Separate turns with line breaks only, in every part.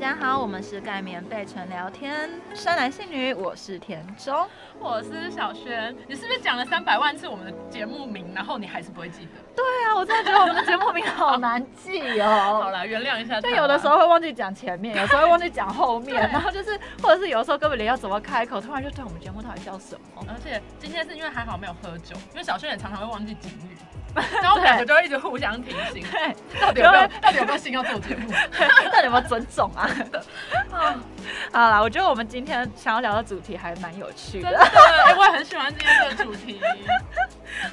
家好，我们是盖棉被纯聊天，生来性女，我是田中。
我是小轩，你是不是讲了三百万次我们的节目名，然后你还是不会记得？
对啊，我真的觉得我们的节目名好难记
好
哦。
啦，原谅一下他啦。
就有的时候会忘记讲前面，有时候会忘记讲后面， 然后就是，或者是有的时候根本连要怎么开口，突然就对我们节目到底叫什 么？
而且今天是因为还好没有喝酒，因为小轩也常常会忘记警 语，然后我们两个就会一直互相提醒，
对，
到底有没有到底有没有心要做节目？
到底有没有尊重 啊？好啦，我觉得我们今天想要聊的主题还蛮有趣
真
的
的。，哎我也很喜欢今天这个主 题。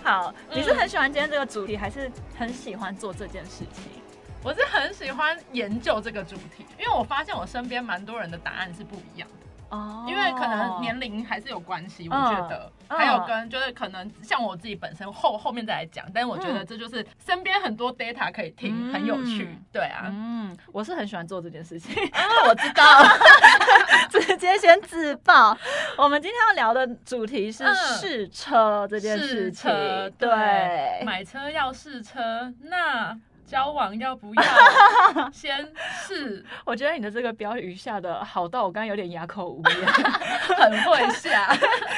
好，
嗯
你是很喜欢今天这个主题，还是很喜欢做这件事情？
我是很喜欢研究这个主题，因为我发现我身边蛮多人的答案是不一样的。
哦
因为可能年龄还是有关系，我
嗯
觉得，
嗯
还有跟就是可能像我自己本身后后面再来讲，但我觉得这就是身边很多 data 可以听，
嗯
很有趣，对啊。
嗯，我是很喜欢做这件事情，我知道， 直接先自爆。我们今天要聊的主题是
嗯
试车这件事
试
情，
车
对，
买车要试车，那交往要不要 先试？
我觉得你的这个标语下的好到我刚刚有点哑口无言，
很会下，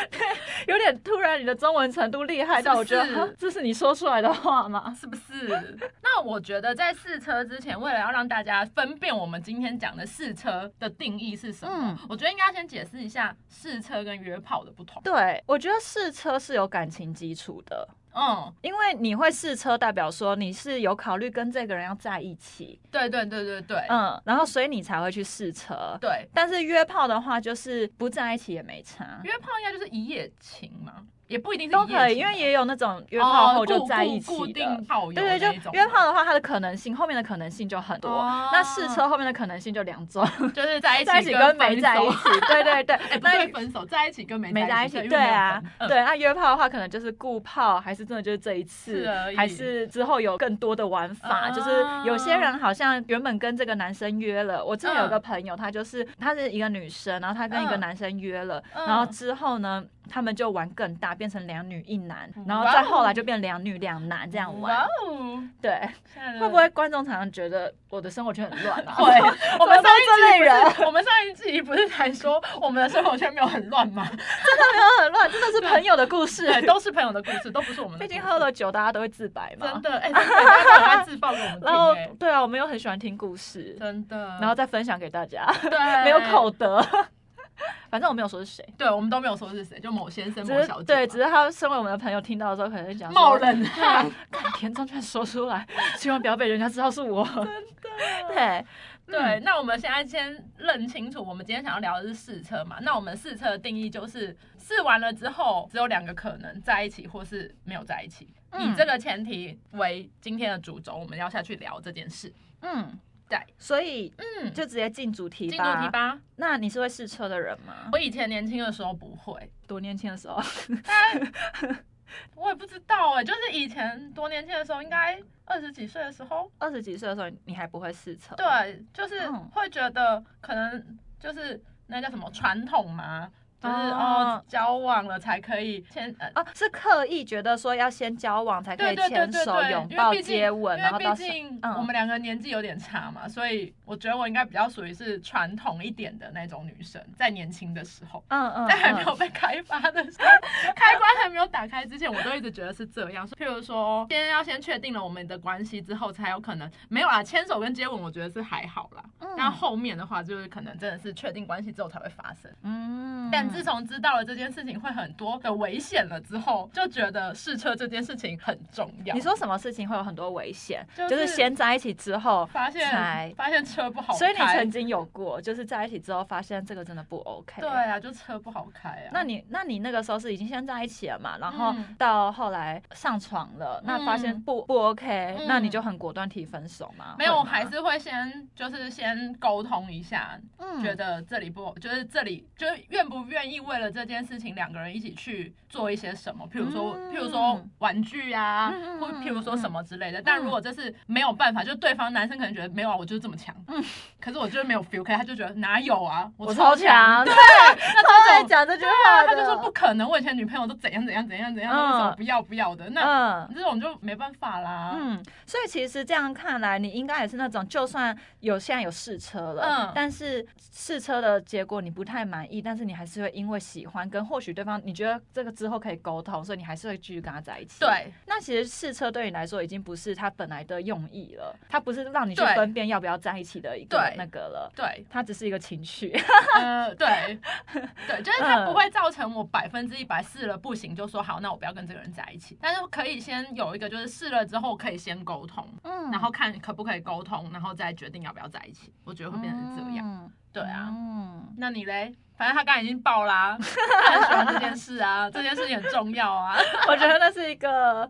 有点突然，你的中文程度厉害到我觉得
是不是
哈这是你说出来的话吗？
是不是？那我觉得在试车之前，为了要让大家分辨我们今天讲的试车的定义是什么，
嗯
我觉得应该先解释一下试车跟约炮的不同。
对，我觉得试车是有感情基础的，
嗯，
因为你会试车，代表说你是有考虑跟这个人要在一起，
对对对对对，
嗯，然后所以你才会去试车。
对，
但是约炮的话，就是不在一起也没差，
约炮应该就是一夜情嘛，也不一定是
都
一夜情吧
可以，因为也有那种约炮后
哦
就
固
在一
固固
起的。
定炮友
对对，
那一
就
种
约炮的话，它的可能性后面的可能性就很多。
哦
那试车后面的可能性就两种，
就是在 一
在一起跟没在一
分
起
手。
对对对
哎，，不
那
对，分手在一起跟没
没在一起，
因为
对啊
没有，分
对。那约炮的话，可能就是顾炮，还是真的就是啊这一次
是而已，
还是之后有更多的玩法。
啊
就是有些人好像原本跟这个男生约了，我之前有个朋友，她就是她是一个女生，然后她跟一个
嗯
男生约了，
嗯
然后之后呢，他们就玩更大，变成两女一男，然后
哇哦
再后来就变两女两男这样
哇
玩。
哦，
对，
现在的
会不会观众常常觉得我的生活圈很乱 啊？
会我们
都
上
这类人，
一集，我们上一集不是才说我们的生活圈没有很乱 吗？
都很乱，真的是朋友的故 事。
对，都是朋友的故事，都不是我们的
毕
故事。
竟喝了酒，大家都会自白嘛。
真的，哎，真的大家赶快自爆给我们听
然后
哎，
对啊，我们又很喜欢听故事，
真的。哎
然后再分享给大家，
对，
没有口德。反正我没有说是谁，
对，我们都没有说是谁，就某先生、
只
某
是
小姐嘛，
对，只是他身为我们的朋友听到的时候，可能会想
冒
说，
冷
对啊
汗。，
看田中居然说出来，希望不要被人家知道是我。 对，
对，那我们现在先认清楚，我们今天想要聊的是试车嘛？那我们试车的定义就是试完了之后，只有两个可能，在一起或是没有在一起。
嗯
以这个前提为今天的主轴，我们要下去聊这件事。
嗯，
对，
所以
嗯，
就直接进主题
进入题。吧。
那你是会试车的人吗？
我以前年轻的时候 不会，
多年轻的时候，
但我也不知道哎、就是以前多年轻的时候，应该二十几岁的时候，
二十几岁的时候，你还不会试车？，
对，就是
嗯
会觉得可能就是那叫什么传统嘛，就是
哦
哦交往了才可以牵呃。
哦，是刻意觉得说要先交往才可
对
以
对对
牵
对
手、
对，
拥
因
抱、
为毕竟，
接吻，
因
然
为
后
毕
到
竟
嗯
我们两个年纪有点差嘛，所以我觉得我应该比较属于是传统一点的那种女生，在年轻的时候，
嗯嗯，
在还
嗯
没有被开发的时候， 开关还没有打开之前，我都一直觉得是这样。譬如说，先要先确定了我们的关系之后，才有可能没有啦，牵手跟接吻，我觉得是还好啦。
嗯
那后面的话，就是可能真的是确定关系之后才会发生。
嗯，
但自从知道了这件事情会很多的危险了之后，就觉得试车这件事情很重要。
你说什么事情会有很多危险，
啊就是
就是先在一起之后
发现
才，
发现车不好开，
所以你曾经有过，就是在一起之后发现这个真的不 OK。
对。啊，就车不好开啊。
那你那你那个时候是已经先在一起了嘛，然后
嗯
到后来上床了，那发现
嗯
不不 OK，、
嗯
那你就很果断提分手吗？
没有，
会
我
吗
还是会先就是先沟通一下，
嗯
觉得这里不就是这里就是愿不愿意为了这件事情两个人一起去做一些什么，譬如说、
嗯
譬如说玩具啊，
嗯嗯
或
嗯
譬如说什么之类的。但如果这是没有办法，就对方男生可能觉得没有啊，我就是这么强，
嗯
可是我就是没有 feel，可是他就觉得哪有啊，
我超
超
强，
对，
对，
那
超
这
爱
种。
讲这句
对
话
啊，
的，
他就说不可能，我以前女朋友都怎样怎样样怎样怎样，
嗯
那为什么不要不要的？那
嗯。
这种就没办法啦。
嗯，所以其实这样看来，你应该也是那种，就算有现在有试车了，
嗯
但是试车的结果你不太满意，但是你还是会因为喜欢跟或许对方，你觉得这个之后可以沟通，所以你还是会继续跟他在一起。，
对
那其实试车对你来说已经不是他本来的用意了，他不是让你去
对
分辨要不要在一起的一个
对
那个了，，
对
它只是一个情 绪。
呃，对，对，就是它
嗯
不会造成我百分之一百试了不行就说好，那我不要跟这个人在一起。但是可以先有一个，就是试了之后可以先沟通，
嗯
然后看可不可以沟通，然后再决定要不要在一起。我觉得会变成这样。
样，
对啊
嗯
那你嘞？反正他刚才已经爆啦、他很喜欢这件事啊，这件事情很重要啊。
我觉得那是一个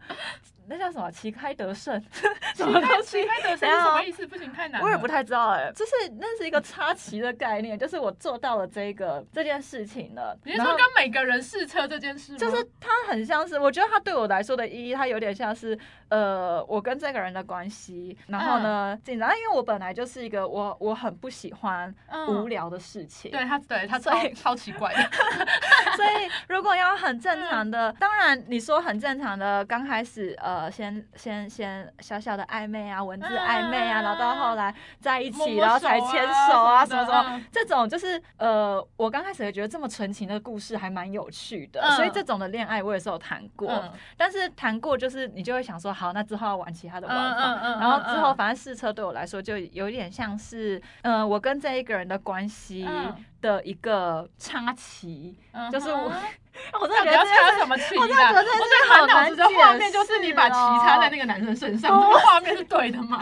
那叫什么旗开得胜， 什么东西
旗？开得胜是什么意思？不行，太难了。
我也不太知道哎、就是那是一个插旗的概念，就是我做到了这个这件事情了。
你是
然
说
后
跟每个人试车这件事吗？
就是它很像是，我觉得它对我来说的意义，它有点像是，呃，我跟这个人的关系，然后呢，紧张，因为我本来就是一个我我很不喜欢无
嗯、
聊的事情，
对他，对他
所
超
以
超奇怪的。
所以如果要很正常
嗯
的，当然你说很正常的，刚开始呃，先先先小小的暧昧啊，文字暧昧啊，
嗯
然后到后来在一起，
摸摸
然后才牵手啊，什么什么。
么的。嗯
这种就是呃，我刚开始也觉得这么纯情的故事还蛮有趣的，
嗯
所以这种的恋爱我也是有谈过，
嗯
但是谈过就是你就会想说，好，那之后要玩其他的玩法。
嗯嗯嗯
然后之后，
嗯
反正试车对我来说就有点像是，呃，我跟这一个人的关系
嗯
的一个插旗，
嗯
就是我，
嗯
我真的觉
到底
得
要
这件
插
事
什么旗
我真的觉
啦？
得这件事
我
好
满脑
难
子的画
解
面就是你
释
把旗插
哦
在那个男生身上，这个画面是对的吗？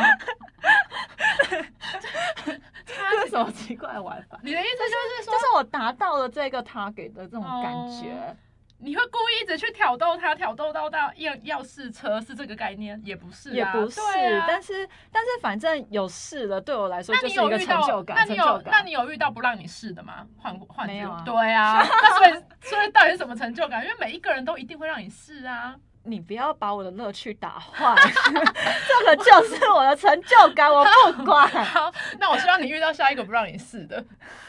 这是什么奇怪的玩法？
你的意思就
就
是说，
是我达到了这个 target 的这种感觉
哦，你会故意一直去挑逗他，挑逗到到要要试车，是这个概念？也不是啊，
也不是，
对啊、
但是但是反正有试了，对我来说
那
就
你
是一
有
个
遇
成就
到？
感，
那
成
你
就
有那
感。
你有遇到不让你试的吗？换换
没有啊
对啊，那所以所以到底是什么成就感？因为每一个人都一定会让你试啊。
你不要把我的乐趣打坏， 这 个就是我的成就感，我不管。
好，那我希望你遇到下一个不让你试的，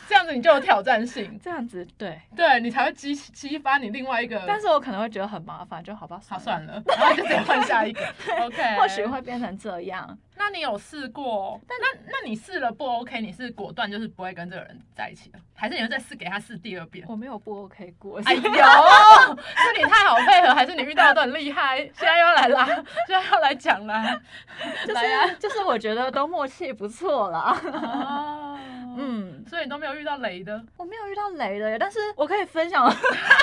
这样子你就有挑战性，
这样子对，
对你才会激激发你另外一个。
但是我可能会觉得很麻烦，就好吧，
呃好
算了。
算了，然后就直接换下 一个。OK，
或许会变成这样，
那你有试过？那那你试了不 OK？你是果断就是不会跟这个人在一起了，还是你会再试给他试第二遍？
我没有不 OK 过。
哎呦，是你太好配合，还是你遇到的很厉害？现在又要来啦，现在要来讲啦。
就
来啊
是就是，我觉得都默契不错啦。
哦， 嗯，
嗯，
所以你都没有遇到雷的。
我没有遇到雷的耶，但是我可以分享， 我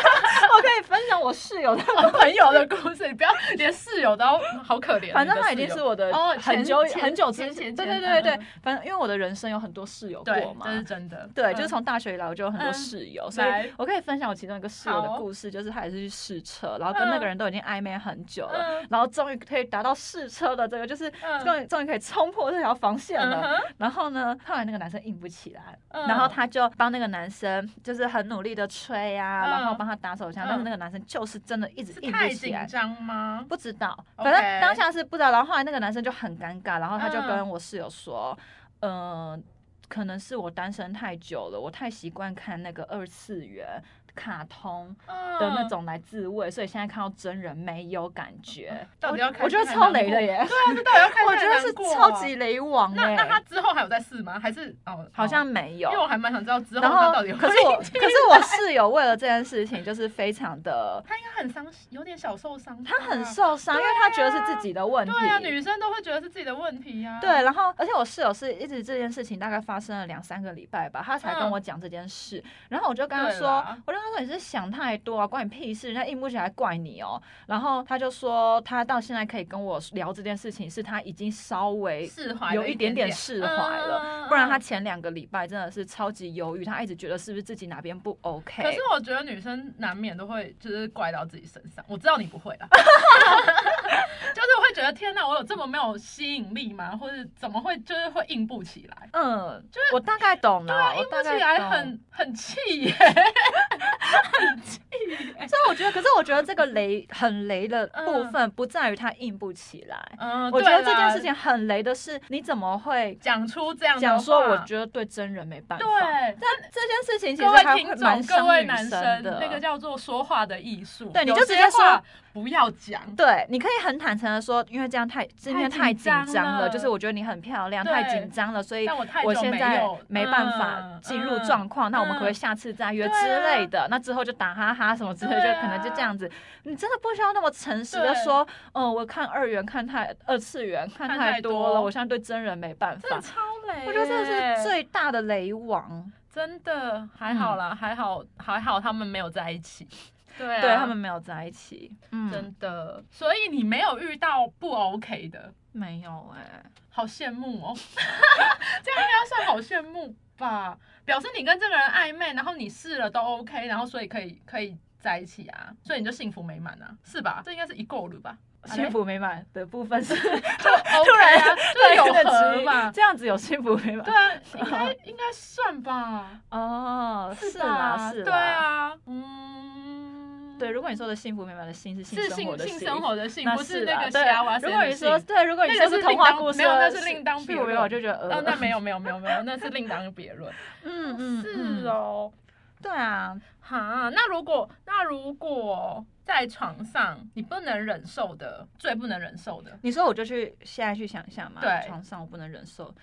可以分享我室友的
哦朋友的故事，你不要连室友都要好可怜。
反正
你的
他已
室
经
友
是我的
哦
很
前
久
前
很久之
前前
对对
前
对
嗯
对
嗯，
反正因为我的人生有很多室友过
对，
嘛
这，是真的。
对，
嗯
就是从大学以来我就有很多
嗯
室友，所以
来
我可以分享我其中一个室友的
好
故事，就是他也是去试车，然后跟那个人都已经暧昧很久了，
嗯
然后终于可以达到试车的这个，就是
嗯
终于终于可以冲破这条防线
嗯
了。
哼
然后呢，后来那个男生硬不起来，
嗯
然后他就帮那个男生就是很努力的吹啊，
嗯
然后帮他打手枪，
嗯
但是那个男生就是真的一直
是
硬
嗯太
不起
紧
来，
张吗？
不知道，反
OK
正当下是不知道。然后后来那个男生就很尴尬，然后他就跟我室友说，嗯、呃，可能是我单身太久了，我太习惯看那个二次元卡通
的
的那种来自慰，所以现在看到真人没有感觉。
嗯到哦底要
我
看
我觉得
太
超
难
雷的
过
耶，
对啊，这到底要 看
我
太
觉得
难
是
过
超
啊
级雷王
那那他
哎，
之后还有在试吗？还是哦，
好像
哦
没
因
有
为。我还蛮想知道之后
然
他
后
到底，有
可
没
是
有
我，
进去
可是 我室友为了这件事情，就是非常的，
他应该很伤心，有点小受伤吧。
他很受伤，因为他觉得是自己的问题。
嗯对啊，女生都会觉得是自己的问题呀、啊。
对，，然后而且我室友是一直这件事情大概发生了两三个礼拜吧，他才跟
嗯
我讲这件事，然后我就跟他
对
说
啦，
我就跟他说你是想太多啊，关你屁事，人家硬不起来怪你哦。然后他就说他到现在可以跟我聊这件事情，是他已经稍微。
释怀了
有一
一
点点
点
释怀了，
嗯
不然他
嗯
前两个礼拜真的是超级忧郁，他一直觉得是不是自己哪边不 OK。
可是我觉得女生难免都会就是怪到自己身上，我知道你不会啦， 就是会觉得天哪，我有这么没有吸引力吗？或者怎么会就是会硬不起来？啊
嗯，我大概懂了，我
硬
大
不
概
起来
懂
很很气耶，哎
所以我觉得，可是我觉得这个雷很雷的部分不在于他硬不起来，
嗯，
我觉得
对
这件
啦
事情很雷的是你怎么会
讲出这样的
讲说
话
我觉得对真人没办法？
对。
但这件事情其实
各位
还
听
会
众
蛮，
各
伤
位
女
男
生的。
那个叫做说话的艺术。
对你
有
就直
些
接说
话不要讲。
对，你可以很坦诚的说，因为这样太今天太紧
紧
张
张了
了，就是我觉得你很漂亮，
对
太紧张了，所以
但我太久
我现在没办法
嗯
进入
嗯
状况，那我们可不可以
嗯
下次再约
对啊
之类的？那之后就打哈哈什么之类，
对啊
就可能就这样子。你真的不需要那么诚实的
对
说，哦，我看二元看太二次元看
看
太
太
多了，
多
我现在对真人没办
真的
法。
超雷耶，
我觉得这是最大的雷王，
真的还好啦，还好还好他们没有在一起。对啊
对他们没有在一起，嗯，
真的，所以你没有遇到不 OK 的，
没有哎，
好羡慕哦。 这样应该算好羡慕吧？表示你跟这个人暧昧，然后你试了都 OK，然后所以可以可以在一起啊，所以你就幸福美满啊，是吧？这应该是一够了吧？
幸福美满的部分是
突
然
啊，就是有合嘛。
这样子有幸福美满
对。啊，应 该应该算吧，
哦，是
吧？
啦，
对
啦，
啊，嗯，
对。如果你说的幸福美满的幸是性
是
生活
性
的
性生活的性，
那
不是那
啦
个
对啊
瞎娃
如
生
果
的
你
性
说对，如果你
那
说
个是
童
另
话
当
故事
没
的幸，
有那是另当别
幸福美
论
满我就觉得呃，
哦， 那没有没有没有没有，那是另当别论。
嗯嗯，嗯
是，哦，
对啊，
哈，那如果那如果在床上你不能忍受的，最不能忍受的
你说我就去现在去想一下嘛，
对
床上我不能忍受。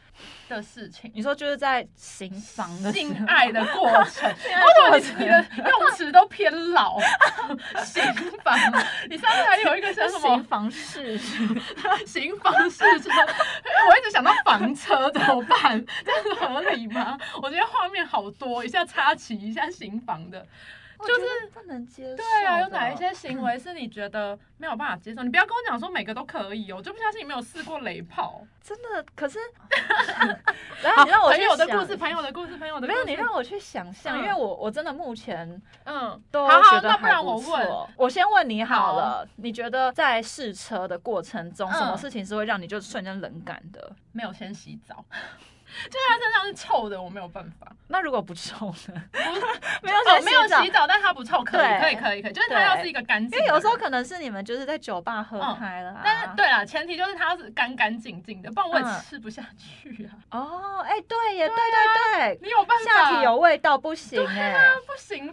的事情，
你说就是在行房的时
性
候
爱的过程，
过
为什
程
么你你的用词都偏 老？刑房，你上次还有一个叫什
行
么
房事，
刑房式车，我一直想到房车怎么办？ 这样子合理吗？我觉得画面好多，一下插旗，一下刑房的。
我
就是
觉得不能接受。
对啊，有哪一？些 行为是你觉得没有办法接受？你不要跟我讲说每个都可以哦，我就不相信你没有试过雷炮。
真的，可 是，然 后你让我
朋
去
友的
想
故事，朋友的故事，朋友的故
没
事。
有你让我去想象，
嗯
因为我我真的目前
嗯，
都
好好
觉，得
那不
还
然
不
我
错。
问，
我先问你好了，你觉得在试车的过程中，
嗯
什么事情是会让你就瞬间冷感的？
没有先洗澡， 就是他身上是臭的，我没有办法。
那如果不臭呢？没有
哦，
先
没有
澡
洗，澡，但他不臭，可以，
对
可以，可以，可以，就是他要
对
是一个干净的
因
人。
为有时候可能是你们就是在酒吧喝
嗯
开了、啊
但是对啦，前提就是他是干干净净的，不然我也
嗯
吃不下去啊。
哦，哎、对耶，对对对，
你有办法？啊
下体有味道不行哎、
不行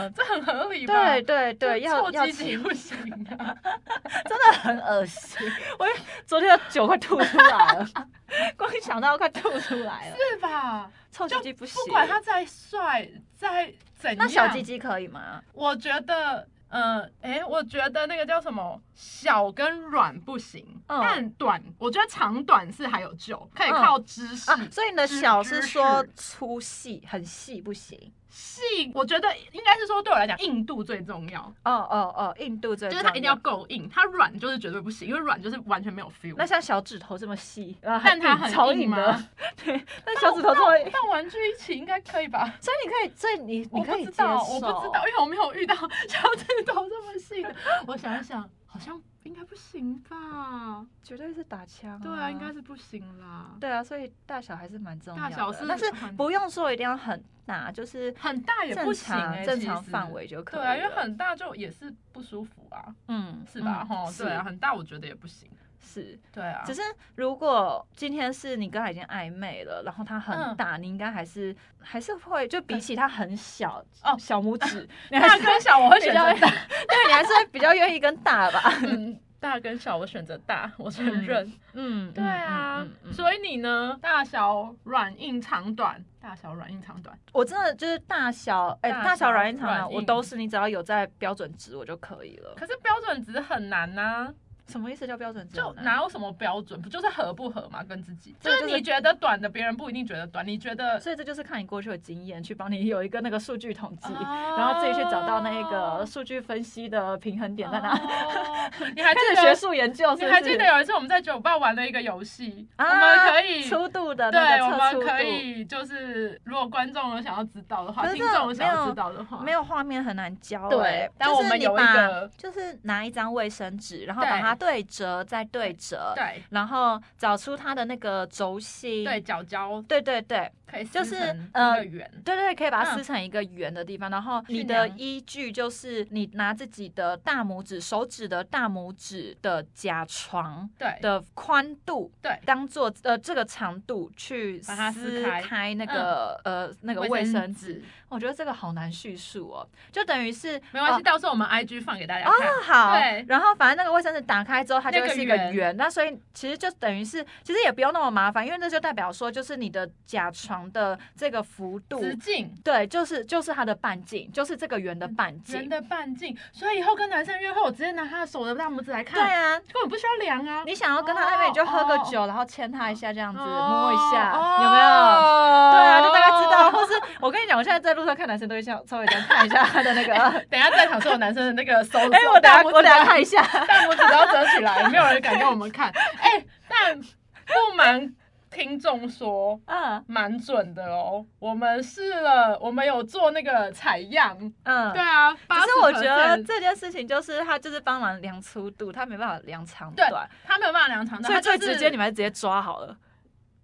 嗯，
这很合理吧？
对对对，
就
要
臭
要
鸡鸡
清，
不行啊。
真的很恶心。 我昨天的酒快吐出来了， 光想到快吐出来了。
是吧？
臭
就
鸡鸡不行，
不管他再帅再怎样，
那小鸡，鸡可以吗？
我觉得，嗯、呃，哎、我觉得那个叫什么，小跟软不行，
嗯
但短，我觉得长短是还有救，可以
嗯
靠知识。
啊，所以你的
知
小
知
是说
识
粗细很细不行。
细，我觉得应该是说对我来讲，硬度最重要，
哦哦哦，硬度最
就是
重
它
要。
一定要够硬，它软就是绝对不行，因为软就是完全没有 feel。
那像小呃指头这么 细，然后
但它很
超
硬
硬的
吗，
对，那小指头这么硬，
但玩具一起应该可以吧？
所以你可以，所以你
我
你
不
可以
知
接受，
道，我不 知道，因为我没有遇到小指头这么细的。我想一想，好像应该不行吧？
绝对是打枪、
对啊，应该是不行啦。
对啊，所以大小还是蛮重要的，
大小是
但是
很
不用说一定要很大，就是
很大也不
正
行、
常
欸，
正
其
常
实
范。围就可以
对
了。
啊，因为很大就也是不舒服啊，
嗯，
是吧？
嗯
哈、
是
对啊，很大我觉得也不行。
是。
对啊，
只是如果今天是你跟他已经暧昧了，然后他很
嗯
大，你应该还是还是会就比起他很小
哦
小拇 指，你还
大
是
跟小我会选择
比较
大，
对你还是会比较愿意跟大吧？
嗯，大跟小我选择大，我承认。
嗯，
对啊、
嗯嗯嗯
所以你呢？大小、软硬、长短，大小、软硬、长短，
我真的就是大小，哎、
大
大小
小
软硬长短
软硬
我都是，你只要有在标准值我就可以了。
可是标准值很难啊呐、
什么意思叫标准值
就
很难？
哪有什么标准，不就是合不合嘛？跟自己，就
对
是
就是
你觉得短的，别人不一定觉得短，你觉得
所以这就是看你过去的经验，去帮你有一个那个数据统计，
然
然后自己去找到那个数据分析的平衡点在哪。
哦你还记
开始学
得？
术研究是不
你
是，
还记得有一次我们在酒吧玩了一个游戏，我
啊
们可以
粗度的那
对，我
个测
们
速
可
度，
以就是，如果观众有想要知道的话，
可是
听
这个
众有想
没
要
有
知道的话，
没有画面很难教、欸。
对但
就是
我们
你
有一
把
个
就是拿一张卫生纸，然后
对
把它对折再对折，
对
然后找出它的那个轴心。
对，角角
对对对
可以
就
撕
是
成一
呃
个圆，
对对，可以把它
嗯
撕成一个圆的地方。然后你
去
的
量
依据就是你拿自己的大拇指、手指的大拇指的甲床
对
的宽度。
对
当做呃这个长度去
把它
撕
撕开嗯
开那个、呃那个卫生纸，
纸，
哦我觉得这个好难叙述哦，就等于是
没关系，
哦
到时候我们 IG 放给大家
啊、
看。
好
对，
然后反正那个卫生纸打开之后，它就会是一个
那个圆
圆，那所以其实就等于是，其实也不用那么麻烦，因为这就代表说，就是你的甲床的这个幅度，
直径
对，就是就是它的半径，就是这个圆的半
人
径。
的半径，所以以后跟男生约会，我直接拿他的手的大拇指来
对
看，
啊，
根本不需要量啊，
你想要跟他暧昧，
哦
你就喝个
哦
酒，然后牵他一下，这样子、
哦
摸一下，
哦
有没有？对啊，就大概知道，。或 是我跟你讲，我现在在路上看男生都会像稍微这样看一下他的 那个，哎、
等一下在场所有男生的那个手，哎
我等下
大拇指
我等下
大
看一下，
大拇指都要折起来，没有人敢给我们看。 哎、但不瞒听众说，
嗯
蛮准的哦。我们试了，我们有做那个采样，
嗯，
对啊，
可
可
是我觉得这件事情就是他就是帮忙量粗度，他没办法量长
对
短，
他没有办法量长短，
所以最
他就是
直接你们还是直接抓好了。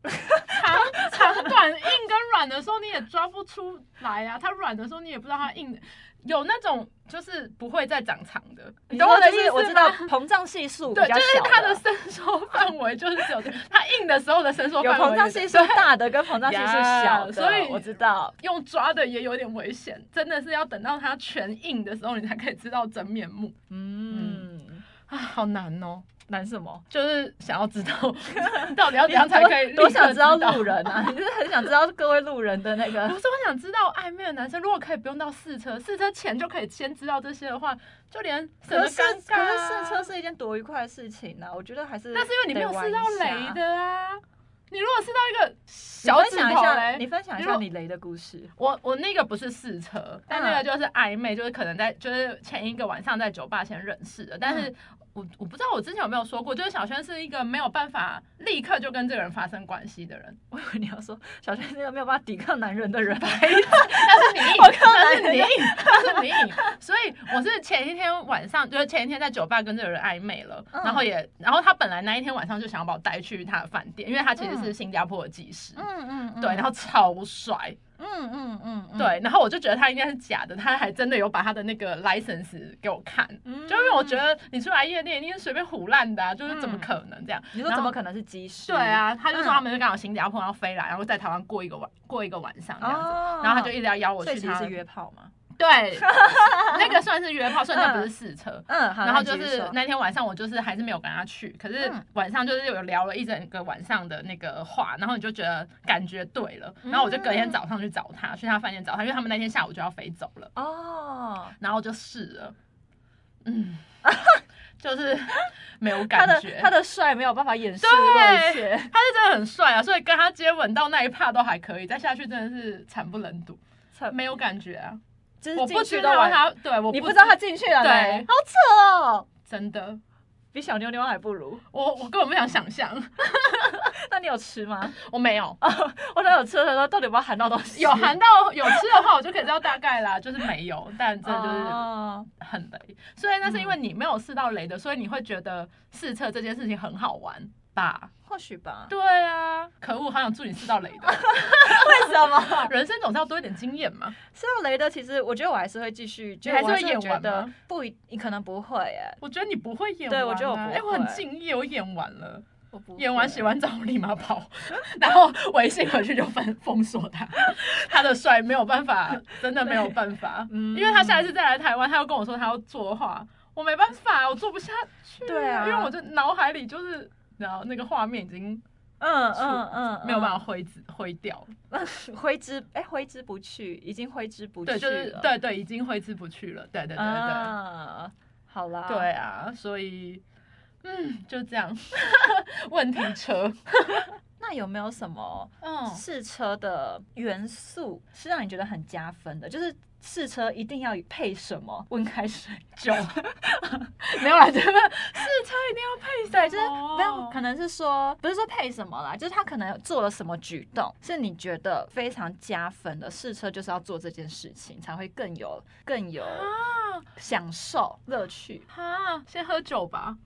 长长短硬跟软的时候你也抓不出来啊，它软的时候你也不知道它硬的，有那种就是不会再长长的，你懂
或
我的
者
意思
是
吗？
我知道膨胀系数比
对，
较
就是
小
它的伸缩范围就是只有这它硬的时候的伸 缩
有
范
膨
围
胀系数大的跟膨胀系 数小的，
呀所以
我知道。
用抓的也有点危险，真的是要等到它全硬的时候，你才可以知道真面目
嗯，
啊，好难哦！
难什么？
就是想 要知道到底要怎样才可以立刻
多想知道路
知
人啊！你是很想知道各位路人的那
道。
个
不是我想知道暧昧的男生，如果可以不用到试车，试车前就可以先知道这些的话，就连省
可
得
是
尴尬
可
啊。
是试车是一件多愉快的事情呢、我觉得还是
那是因为你没有试到雷
得玩一下。
的啊。你如果试到一个
你
小
分
指
享一
头
下，
嘞，
你分享一
如
下
果
你雷的故事。
我我那个不是试车，但那个就是暧昧，就是可能在就是前一个晚上在酒吧先认识的，但
嗯
是我我不知道我之前有没有说过，就是小轩是一个没有办法立刻就跟这个人发生关系的人，
我以为 你要说小轩是个没有办法抵抗男人的人，
但是你硬，
我靠
但
男
是
人
你硬，但是你硬，所以我是前一天晚上就是前一天在酒吧跟这个人暧昧了，
嗯
然后也然后他本来那一天晚上就想要把我带去他的饭店，因为他其实是新加坡的技师。
嗯嗯，嗯
对，然后超帅，
嗯嗯嗯，嗯，
对，然后我就觉得他应该是假的，他还真的有把他的那个 license 给我看，
嗯
就因为我觉得你出来夜店一定是随便胡乱的、啊，就是怎么可能这样？
你说
然
怎
后
么可能是机师？
对，啊，他就说他们就刚好新加坡然后飞来，然后在台湾过一个晚过一个晚上这样子。
哦
然后他就一直要邀我
所以
去
其实
他
是约炮嘛。
对，那个算是约炮，所以那不是试车。
嗯，好，
然后
那
就
你继续
是
说
那天晚上，我就是还是没有跟他去，可是
嗯
晚上就是有聊了一整个晚上的那个话，然后你就觉得感觉对了，然后我就隔
嗯
天早上去找他，去他饭店找他，因为他们那天下午就要飞走了。
哦，
然后就试了， 嗯，就是没有
他
感
的
觉。
他的帅没有办法掩饰那一切。
他是真的很帅啊，所以跟他接吻到那一趴都还可以，再下去真的是惨不忍睹，
惨
没有感觉啊。
就是
我不
进
知
去都
道
玩，
他，对，我
你
不
不知道他进去了呢，
对
好扯哦，
真的，
比小妞妞还不如。
我我根本不想想象，
那你有吃吗？
我没有。
我都有吃的时候，到底有没有含到东西？
有含到有吃的话，我就可以知道大概啦，就是没有，但这就是
哦嗯
很雷。所以那是因为你没有试到雷的，所以你会觉得试测这件事情很好玩吧？
或许吧。
对啊，可恶，好想祝你试到雷 的。
为什么？
人生总是要多一点经验嘛。
吃到雷的，其实我觉得我还是会继续，就
你还是
我
会演
觉
完
得
吗
不一，你可能不会耶，
我觉得你不会演完、啊，
对我觉得我不
哎、
会
我很敬业，我演完了，
我不
演完
会
洗完澡我立马跑， 然后微信回去就封封锁他， 他的帅没有办法，真的没有办 法，
嗯
因为他下一次再来台湾，他又跟我说他要做的话，我没办法，我做不下去，
对啊
因为我的脑海里就是。然后那个画面已经
嗯嗯嗯，
没有办法
法
挥之挥掉了，
挥之哎挥之不去，已经挥之不去
对，
了。
就是对对，已经挥之不去了，对对对对、
啊，好啦，
对啊，所以嗯，就这样， 问题车，
那有没有什么
嗯
试车的元素是让你觉得很加分的？就是试车一定要配什么？温开水、酒，
没有啦，这 个试车一定要配什么
对，就是
哦
没有，可能是说不是说配什么啦，就是他可能做了什么举动，是你觉得非常加分的。试车就是要做这件事情，才会更有更有
啊
享受乐趣。
哈，先喝酒吧。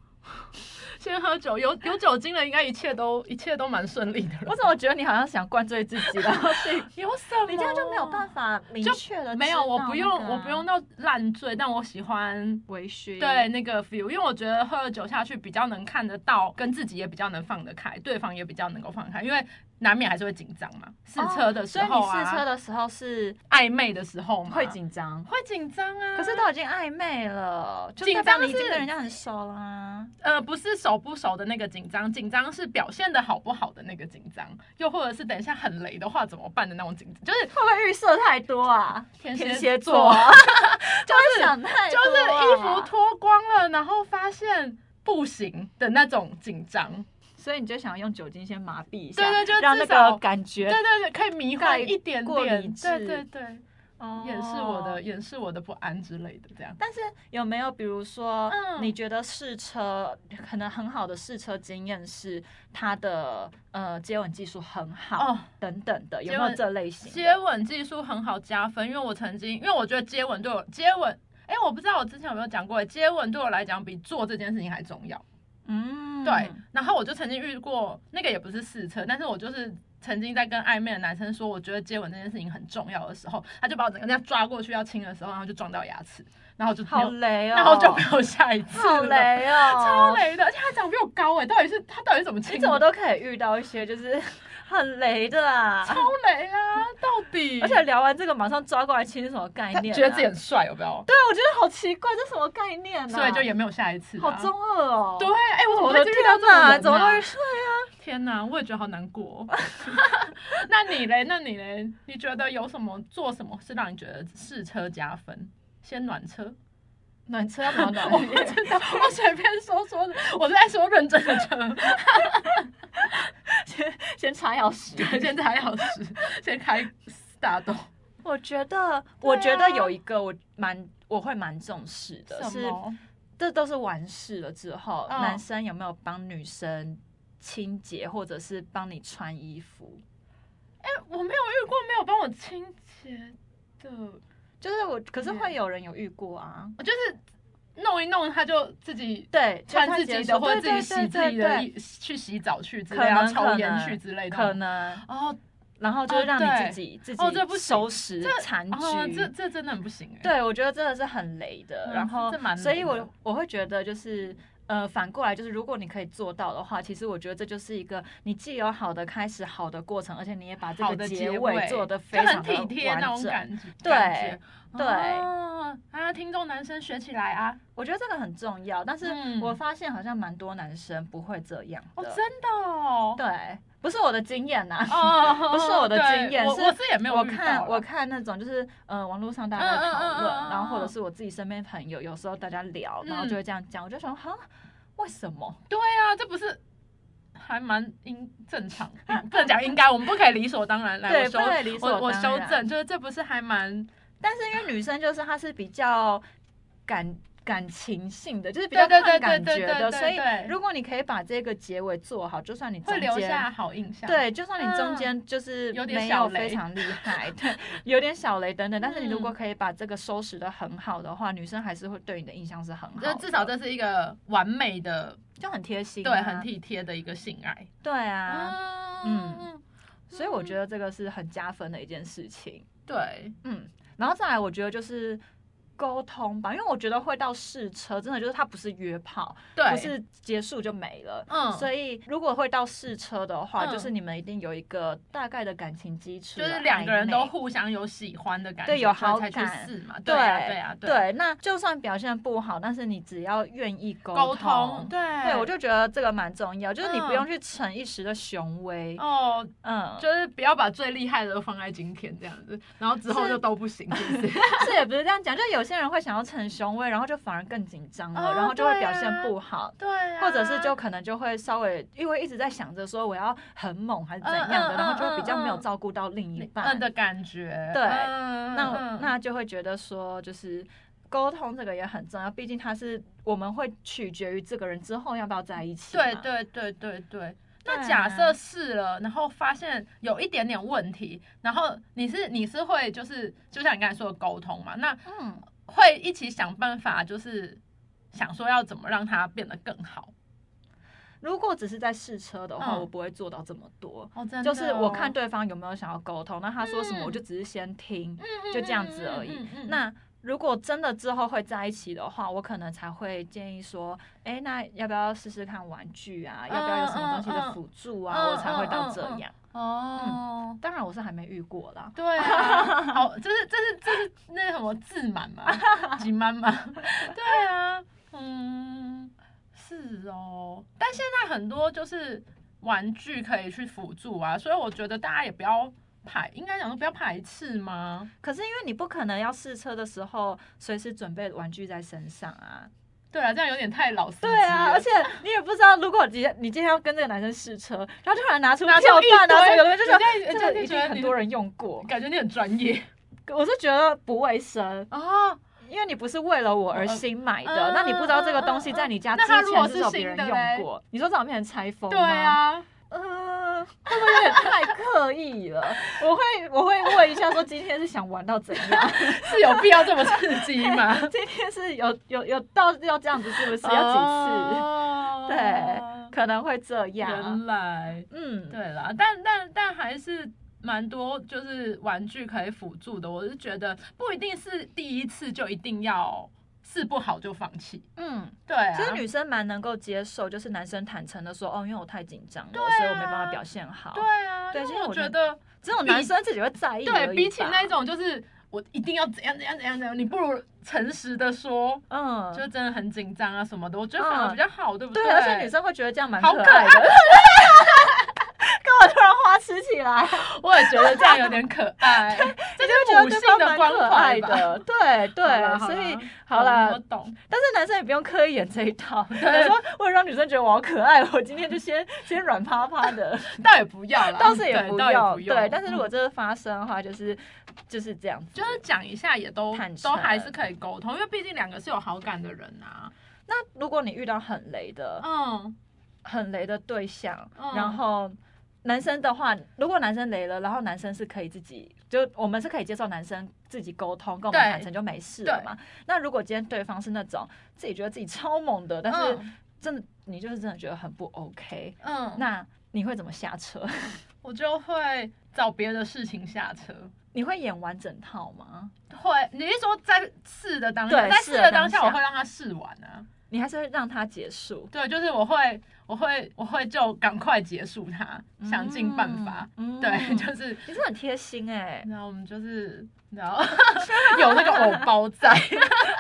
先喝酒，有有酒精了，应该一切都一切都蛮顺利的了
我。怎么觉得你好像想灌醉自己，然后去
有什么？
你这样就没有办
法。
法明
就
确的、
没有，我不用，我不用到烂醉，但我喜欢
微醺。
对，那个 feel，因为我觉得喝了酒下去比较能看得到，跟自己也比较能放得开，对方也比较能够放得开，因为难免还是会紧张嘛。试车的时
哦所以你
候啊，
试车的时候是嗯
暧昧的时候嘛，
会紧张。
会紧张啊。
可是都已经暧昧了，就
紧
代表
张
你已经
是
跟人家很熟啦。
呃，不是熟不熟的那个紧张，紧张是表现的好不好的那个紧张，又或者是等一下很雷的话怎么办的那种紧张，就是
会不会预设太多啊？
天
天
蝎
蝎
座
座，就是想太
就
多
是
啊
衣服，脱光了，然后发现不行的那种紧张。
所以你就想用酒精先麻痹一下，
对对，就
让那
至少
个感觉
对对对，可以迷
盖
幻一点
过理
点，对
智
对对，
哦
掩饰我的掩饰我的不安之类的，这样。
但是有没有比如说，
嗯
你觉得试车可能很好的试车经验是他的呃接吻技术很好、
哦，
等等的，有没
接
有
吻
这类型的？
接吻技术很好加分，因为我曾经，因为我觉得接吻对我接吻，哎，我不知道我之前有没有讲过，接吻对我来讲比做这件事情还重要。
嗯，
对，然后我就曾经遇过，那个也不是试车，但是我就是曾经在跟暧昧的男生说，我觉得接吻这件事情很重要的时候，他就把我整个这样抓过去要亲的时候，然后就撞到牙齿，然后就没
好
有，
雷哦，
然后 就没有下一次
好
了。
雷哦，
超雷的，而且他长比我高哎、到底是他到底是怎么亲
你怎
的？
么都可以遇到一些就是 很雷的啊，
超雷啊？到底？
而且聊完这个马上抓过来亲是什么概
他
念、啊？
觉得自己很帅，有没有？
对，啊我觉得好奇怪，这什么概念呢、啊？
所以就也没有下一次、啊。
好中二哦。
对，哎、我怎么
我
会
的
遇
天
到这种人啊、
哪，怎么会是？
天哪，我也觉得好难过、哦。 那你嘞？那你嘞？你觉得有什么做什么是让你觉得试车加分？先暖车，
暖车要怎么暖？
我不 知道，我随便说说的，我是在说认真的车。
先先插钥匙。
对，先踩钥匙，先开大洞。
我觉
啊
得，我觉得有一个我蛮我会蛮重视的，
什
是
么？
这都是完事了之后，
嗯
男生有没有帮女生清洁，或者是帮你穿衣服？
哎、我没有遇过没有帮我清洁的，
就是我，可是
嗯
会有人有遇过啊。
我就是弄一弄他就自己
对，就
穿
他
自
结
己
束
的，或者
对
自
对对
己洗自己
对对
的衣，去洗澡去之
可
类，然后
能
抽
可
烟
能
去之类的。
可能，
哦
然后就
哦
是让你
对
自己、自己
哦这不行
收拾残局。
哦，这这真的很不行哎。
对，我觉得真的是很雷的。
嗯
然后
这这蛮，
所以
雷的
我我会觉得就是。呃，反过来就是，如果你可以做到的话，其实我觉得这就是一个你既有好的开始、好的过程，而且你也把这
好
个
的
结
尾
尾做得非
就
常
很
的
体贴那
完
种
整。
感觉，
对
感觉
对
哦啊，听众男生学起来啊，
我觉得这个很重要，但是
嗯
我发现好像蛮多男生不会这样
哦，
的。
真的哦，
对，不是我的经验呐、
哦，
不是我的
对
经验
我
是
我是也没有
我
遇到
看
啦
我看那种就是呃网络上大家在讨论，
嗯嗯嗯嗯嗯嗯
然后或者是我自己身边朋友，有时候大家聊，然后就会这样讲，我就想哈，为什么？
对啊，这不是。还蛮应正常， 不能讲应该，我们不可以理所当然。来，我
对，
修
不，太理所
我我
当
修
然
正，就是这不是还蛮
但是因为女生就是她是比较感感情性的，就是比
对
较
对
看
对对
感
对
觉
对
的，所
对
以
对，
如果你可以把这个结尾做好，就算你
会
中
留
间
下。好印象。
对，就算你中
嗯
间就是
有点
没
小
有
雷
非常厉害，对，有点小雷等等，但是你如果
嗯
可以把这个收拾的很好的话，女生还是会对你的印象是很好
就
的，
至少这是一个完美的，
就很贴心、啊
对，很，体贴的一个性爱。
对啊，
啊
嗯，所以我觉得
得
这个是很加分的一件事情。
对，
嗯，然后再来，我觉得就是沟通吧，因为我觉得会到试车，真的就是它不是约炮，
对，
不是结束就没了。
嗯，
所以，如果会到试车的话，
嗯
就是你们一定有一个大概的感情基础
就
啊，
是两个人
暧昧
都互相有喜欢的感觉，
对有
所以
好
才去
感
试嘛，
对
啊，对啊，
对那就算表现不好，但是你只要愿意沟
沟
通，
对，
对我就觉得这个蛮重要，就是你
嗯
不用去逞一时的雄威，
哦，
嗯，
就是不要把最厉害的放在今天这样子，然后之后
是
就都不行，是不是？
是也不是这样讲，就有些人会想要逞雄威，然后就反而更紧张了，
哦
然后就会
对啊
表现不好。
对啊，
或者是就可能就会稍微，因为一直在想着说我要很猛还是怎样
嗯
的，
嗯嗯
然后就会比较没有
嗯嗯
照顾到另一
你
半
嗯，的感觉，
对
嗯
那我
嗯
那就会觉得说就是。沟通这个也很重要，毕竟它是我们会取决于这个人之后要不要在一起嘛。
对对对对对。
对
那
啊
假设试了，然后发现有一点点问题，然后你是你是会就是就像你刚才说的沟通嘛，那
嗯，
会一起想办法，就是想说要怎么让它变得更好，
如果只是在试车的话，
嗯
我不会做到这么多。
哦，真的哦、
就是我看对方有没有想要沟通，那他说什么
嗯
我就只是先听。
嗯，嗯
就这样子而已。
嗯嗯嗯嗯
那如果真的之后会在一起的话，我可能才会建议说，哎、那要不要试试看玩具啊？要不要有什么东西的辅助啊？
嗯嗯嗯
我才会到这
嗯嗯
样。
哦。
当然，我是还没遇过啦。
对啊，好，这是这是这是那什么自满嘛，挤满嘛， 对啊，嗯，是哦，但现在很多就是玩具可以去辅助啊，所以我觉得大家也不要排，应该讲说不要排斥吗？
可是因为你不可能要试车的时候随时准备玩具在身上啊。
对啊，这样有点太老司机
对啊，
了
而且你也不知道，如果你你今天要跟这个男生试车，然后突然拿出
拿
跳
出一
蛋啊，
堆
这个就
你
是
在
这
人
个
家
一
就
定
觉得
很
你
多人用过。
感觉你很专业
我是觉得不卫生，
哦。
因为你不是为了我而新买的，
嗯
那你不知道这个东西在你家之
那它如
前
果
至
是
少别人
新的嘞
用过。你说在我面前拆封
对
吗？，
啊，
呃，会不会有点太刻意了？ 我会我会问一下，说今天是想玩到怎样？
是有必要这么刺激吗？
今天是有有有到要这样子，是不是？要几次？
哦
对 可能会这样。
原来
嗯，
对啦，但但但还是蛮多就是玩具可以辅助的。我是觉得不一定是第一次就一定要试不好就放弃。
嗯，
对啊，
其实女生蛮能够接受，就是男生坦诚的说，哦，因为我太紧张了，
对啊
所以我没办法表现好。
对啊，
对
因
其
为
实
我
我
觉
觉
得
只有男生自己会在意而已吧。
对比起那种就是我一定要怎样怎样怎样怎样，你不如诚实的说。
嗯，
就真的很紧张啊什么的，我觉得反而
嗯
比较好，对不
对，
对，
而且女生会觉得这样蛮
好
可
可
爱 的。跟我突然花痴起来，
我也觉得这样有点可 爱，这
就
就是
觉
母
得
性
对方
的
蛮
光
可爱
环吧。
的。 对
好
对，
啦好
所以
啦
好
我
了，
懂。
但是男生也不用刻意演这一 套。有时候为了让女生觉得我好可爱，我今天就先先软趴趴 的，
倒也不要啦，
倒是也
对
不
倒
要。
不
对，但是如
嗯
果这是发生的话，就是就是这样子
就。是讲一下也都
坦诚
都还是可以沟通，因为毕竟两个是有好感的人啊。
那如果你遇到很雷的、
嗯，
很雷的对象，
嗯
然后。男生的话，如果男生雷了，然后男生是可以自己，就我们是可以接受男生自己沟通，跟我
对
们坦诚就没事了
对
嘛。那如果今天对方是那种自己觉得自己超猛的，但是
嗯
真的你就是真的觉得很不 OK，
嗯，那
那你会怎么下车？
我就会找别的事情下车。
你会演完整套吗？
会，你是说在试的当下，
对
在
试
试
的
的当
当
下，
下
我会让他试完啊。
你还是会让它结束？
对，就是我会，我会，我会就赶快结束它，想尽办法。
嗯
对，
嗯
就是
你是很贴心哎、
然后我们就是然后 有那个偶包在，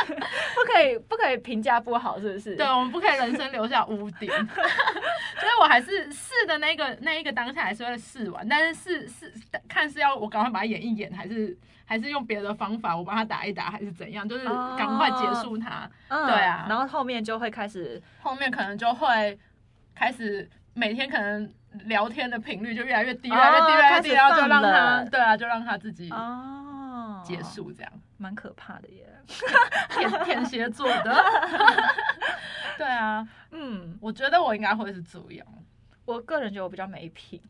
不可以不可以评价不好是不是？
对，我们不可以人生留下污 点。所以我还是试的那个那一个当下还是会试完，但是试试看是要我赶快把它演一演，还是还是用别的方法我帮他打一打，还是怎样？就是
哦
赶快结束它，
嗯
对啊
然后后面就会开始
后面可能就会开始每天可能聊天的频率就越来越低，
哦
越来越低，越来越低，
开始
然后就
放
让他
了
对啊，就让他自己
哦
结，束这样。
蛮可怕的耶。
天天蝎座的， 对啊，
嗯，
我觉得我应该会是这样。
我个人觉得我比较没品，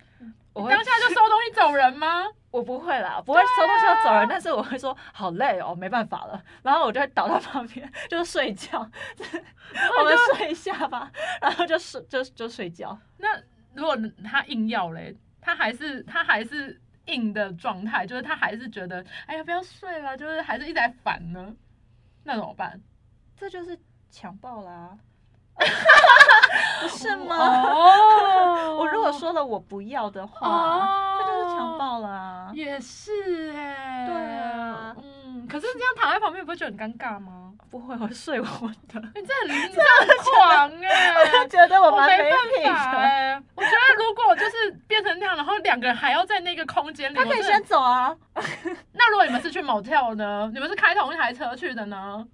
我
你
会
当下就收东西走人吗？
我不会啦，不会收东西要走人，但是我会说好累哦，没办法了，然后我就会倒到旁边，就是睡 觉，我们睡一下吧，然后就睡就就睡觉。
那如果他硬要嘞，他还是他还是硬的状态，就是他还是觉得哎呀不要睡了，就是还是一直在烦呢，那怎么办？
这就是强暴 啦，不是吗？
哦
我如果说了我不要的话，
哦
这就是强，暴啦。
也是哎、
对啊
嗯，可是你这样躺在旁边，你不会觉得很尴尬吗？
不会，我睡我的，
你这很你这很狂哎、
觉 得我
我
蛮
没
品
办法
的。
哎、我觉得如果就是变成那样，然后两个人还要在那个空间里，
他可以
我真的
先走啊，
那如果你们是去 motel 呢？你们是开同一台车去的呢？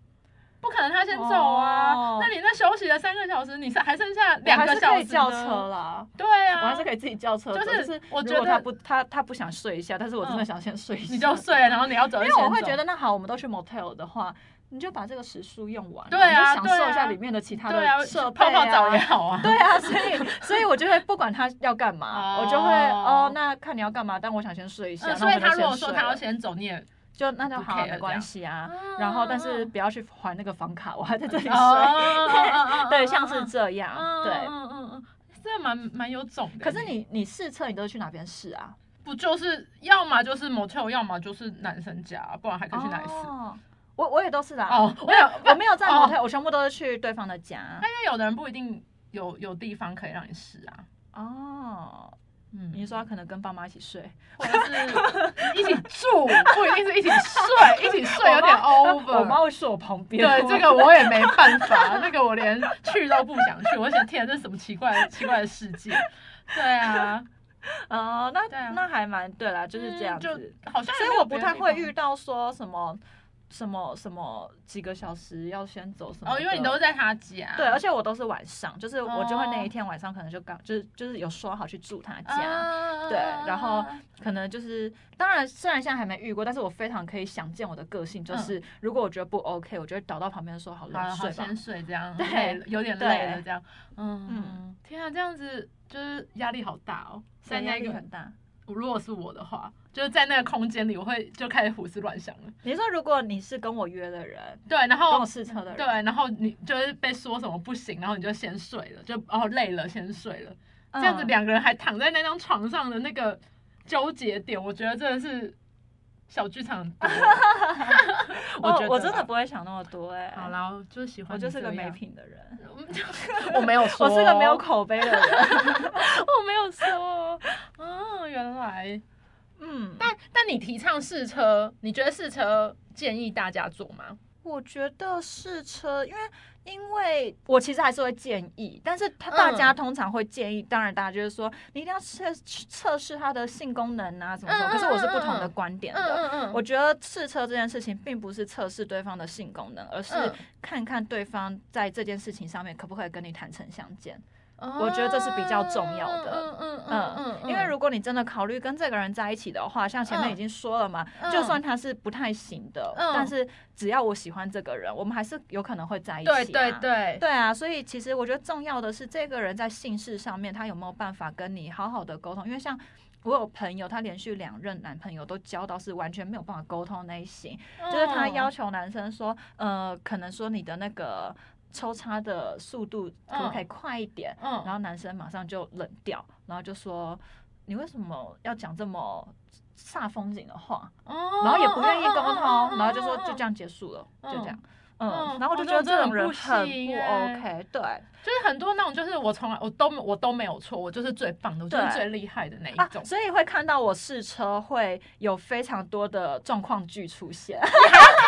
不可能他先走啊！
哦
那你那休息了三个小时，你是还剩下
我
两
还
个
是
小
可
时
以
呢
叫车。啦，
对
我
啊，
还是可以自己叫车走。
就
就是是
我觉
如果他
得
不他他不想睡一下，但是我真的
嗯
想先睡一下，
你就睡了，然后你要走就
因
先
为
走，
我会觉得那好，我们都去 motel 的话，你就把这个时数用完，
对
然
啊
后你就享受一
对啊
下里面的其他
对啊，
的设备
泡
啊
泡澡也 好啊。
对啊，所以所以我就会不管他要干嘛，
哦
我就会哦，那看你要干嘛，但我想先睡一下。
嗯，
那
所以
我就
他
先
如果说
睡
他要
了
先走，你也
就那就
不
好
care
啊，
这
没
样
关系啊
嗯。
然后但是
嗯嗯
不要去还那个房卡，我还在这里
哦
睡。
哦哦哦哦
对，像是这样
嗯，
对
嗯嗯嗯，蛮蛮有种的。
可是你你试车，你都是去哪边试啊？
不就是要么就是 motel，要么就是男生家，不然还可以去哪里试？
哦我我也都是的啊。
哦，我有，
我没有在
哦
motel，、我全部都是去对方的家。
但因为有的人不一定有有地方可以让你试啊。
哦，
嗯，
你是说他可能跟爸妈一起睡，
或者是一起住，不一定是一起睡，一起睡有点 over。
我妈会睡我旁边。
对这个我也没办法， 那个我连去都不想去。我想天啊，这是什么奇怪奇怪的世界？对啊，
哦，那
对啊
那还蛮对啦， 就是这样子。
嗯就好像也
所
没
以
有
我不太会
别的
遇
地
到说什么什么什么几个小时要先走什么
方
的。
哦，因为你都在他家，
对，而且我都是晚上，就是我就会那
哦
一天晚上可能就刚就是就是有说好去住他家，
啊
对然后可能就是，当然虽然现在还没遇过，但是我非常可以想见我的个性，就是、如果我觉得不 OK，我就会倒到旁边说嗯好
好
了
了，好
睡吧
先。睡这样，
对
累了有点累了
对
这样，嗯
嗯
天啊，这样子就是压力好大哦，在
压
那
力
个
很大。
如果是我的话，就是在那个空间里，我会就开始胡思乱想了，
你说如果你是跟我约的人，
对，然
跟
后
我。试车的人，
对，然后你就是被说什么不行，然后你就先睡了，就哦累了先睡了，
嗯，
这样子两个人还躺在那张床上的那个纠结点，我觉得真的是小剧场很多。
哦
觉 得
我真的
啦
不会想那么多哎、
好，啦，我就喜欢
我就是个没
美品，
品的人， 哦
我没有 说，
我是个 没有口碑的 人。
我没有说。嗯，原来。
嗯，
但但你提倡试车，你觉得试车建议大家做吗？
我觉得试车，因为因为我其实还是会建议，但是他大
嗯
家通常会建议，当然大家就是说你一定要测测试它的性功能啊什么什么，
嗯
可是我是不同的观点的。
嗯
我觉得试车这件事情并不是测试对方的性功能，而是
嗯
看看对方在这件事情上面可不可以跟你坦诚相见。
我
觉得这是比较重要的
哦嗯嗯嗯
嗯
嗯嗯，
因为如果你真的考虑跟这个人在一起的话，像前面已经说了嘛，
嗯
就算他是不太行的，
嗯
但是只要我喜欢这个人，我们还是有可能会在一起、啊。
对对对，
对啊，所以其实我觉得重要的是这个人在性事上面他有没有办法跟你好好的沟通，因为像。我有朋友，她连续两任男朋友都交到是完全没有办法沟通那一型，就是她
嗯
要求男生说，呃，可能说你的那个抽插的速度可不可以快一点，
嗯，
然后男生马上就冷掉，然后就说你为什么要讲这么煞风景的话？
然
然后也不愿意沟通，然后就说就这样结束了，就这样。
嗯
嗯，然后我就
哦
觉得
这种
这种人
不
很
行
不
欸
OK，对啊
就是很多那种，就是我从来我都没我都没有错，我就是最棒的，我就是
对
最厉害的那
啊
一种，。
所以会看到我试车会有非常多的状况剧出 现，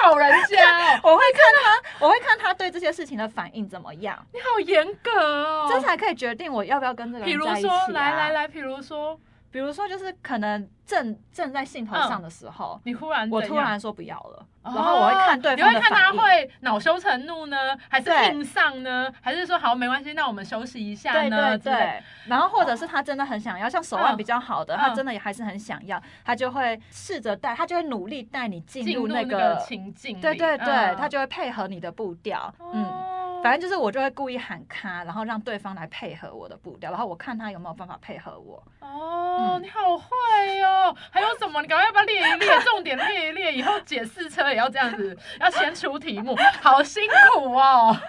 讨人家哦，
我会看他，我会看他对这些事情的反应怎么样，
你好严格哦。
这才可以决定我要不要跟这个
比
人
如
在一起
说，
啊。
来来，来，比如说，
比如说就是可能正正在兴头上的时候，
你忽然
我
嗯怎
突
样
然说不要了，
哦
然后我会看对方
你
的
会看
反
他
应。
会恼羞成怒呢，还是
对
硬上呢，还是说好没关系，那我们休息一下
对
呢？
对
之类哦
对，然后或者是他真的很想要，像手腕
嗯
比较好的，
嗯
他真的也还是很想要，他就会试着带，他就会努力带你进
进入
入
那个
个，
情境里。
对对对
嗯，
他就会配合你的步调，嗯。
哦
反正就是我就会故意喊咔，然后让对方来配合我的步调，然后我看他有没有办法配合我。
哦，
嗯
你好会哦！还有什么？你赶快要不要列一列，重点列一列，以后解释车也要这样子， 要先出题目，好辛 苦哦。
啊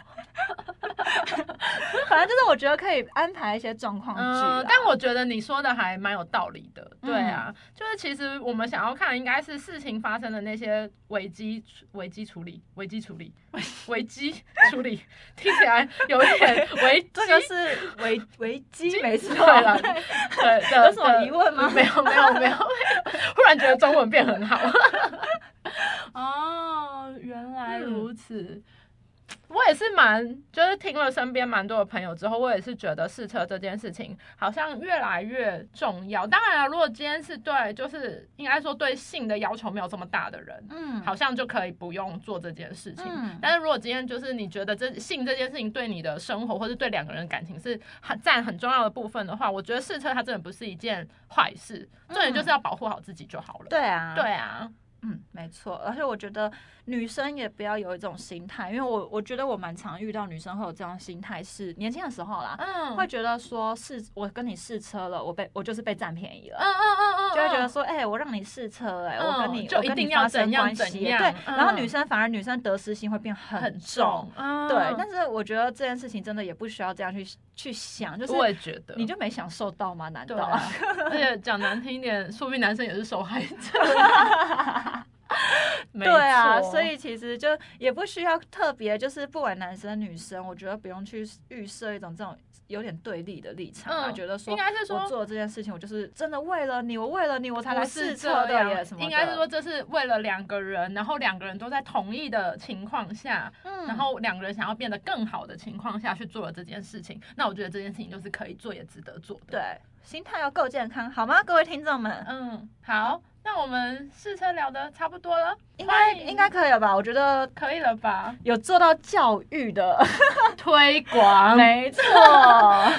反正就是我觉得可以安排一些状况剧啊啦、
嗯，但我觉得你说的还蛮有道理的。
嗯
对啊，就是其实我们想要看，应该是事情发生的那些危机处、危机处理、危机处理、危危机处 理，听起来有一点危机。
这个是维维 基，没错
对了，对的
有什么疑问吗
没有，没有，没有。 忽然觉得中文变很好。哦，原
嗯
来如此。我也是蛮，就是听了身边蛮多的朋友之后，我也是觉得试车这件事情好像越来越重要。当然了，啊如果今天是对，就是应该说对性的要求没有这么大的人，
嗯，
好像就可以不用做这件事情。
嗯
但是如果今天就是你觉得这性这件事情对你的生活或是对两个人的感情是很占很重要的部分的话，我觉得试车它真的不是一件坏事，重点就是要保护好自己就好了。
嗯对啊，
对啊，
嗯，没错，而且我觉得女生也不要有一种心态，因为我我觉得我蛮常遇到女生会有这样的心态，是年轻的时候啦，
嗯，
会觉得说是我跟你试车了，我被我就是被占便宜
嗯
了，
嗯嗯嗯，
就会觉得说，哎、我让你试车、哎、我跟你
嗯就
我跟
一定
你
要
发生
怎样
关系、
怎样
对，然后
嗯
女生反而女生得失心会变
很
重
重，嗯
对，但是我觉得这件事情真的也不需要这样去去想，就是
我也觉得，
你就没享受到吗？难
对
道？
啊，而且讲难听一点，说不定男生也是受害者。 没
对啊，
错
所以其实就也不需要特别，就是不管男生女生，我觉得不用去预设一种这种有点对立的立场吧，
嗯
觉得说
应该是
我
说。
做这件事情，我就是真的为了你，我为了你，我才来
不是
试
这
车的耶，
样
什么的
应该是说，这是为了两个人，然后两个人都在同意的情况下，
嗯
然后两个人想要变得更好的情况下去做了这件事情，那我觉得这件事情就是可以做也值得做的。
对心态要够健康，好吗？各位听众们，
嗯，好，那我们试车聊的差不多了，
应该
欢迎
应该可以了吧？我觉得
可以了 吧？
有做到教育的，
推广
没错。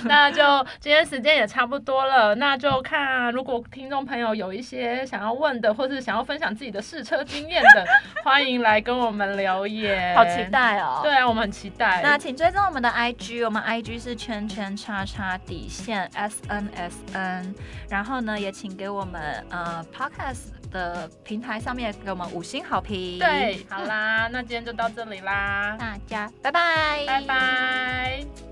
那就今天时间也差不多了，那就看如果听众朋友有一些想要问的，或是想要分享自己的试车经验的， 欢迎来跟我们留言。
好期！待哦！
对啊，我们很期待。
那请追踪我们的 IG，我们 IG 是圈圈叉叉底线 S N S N，然后呢，也请给我们呃 Podcast 的平台上面给我们五星好评。，
对，好啦，那今天就到这里啦，
大家拜拜，
拜。拜。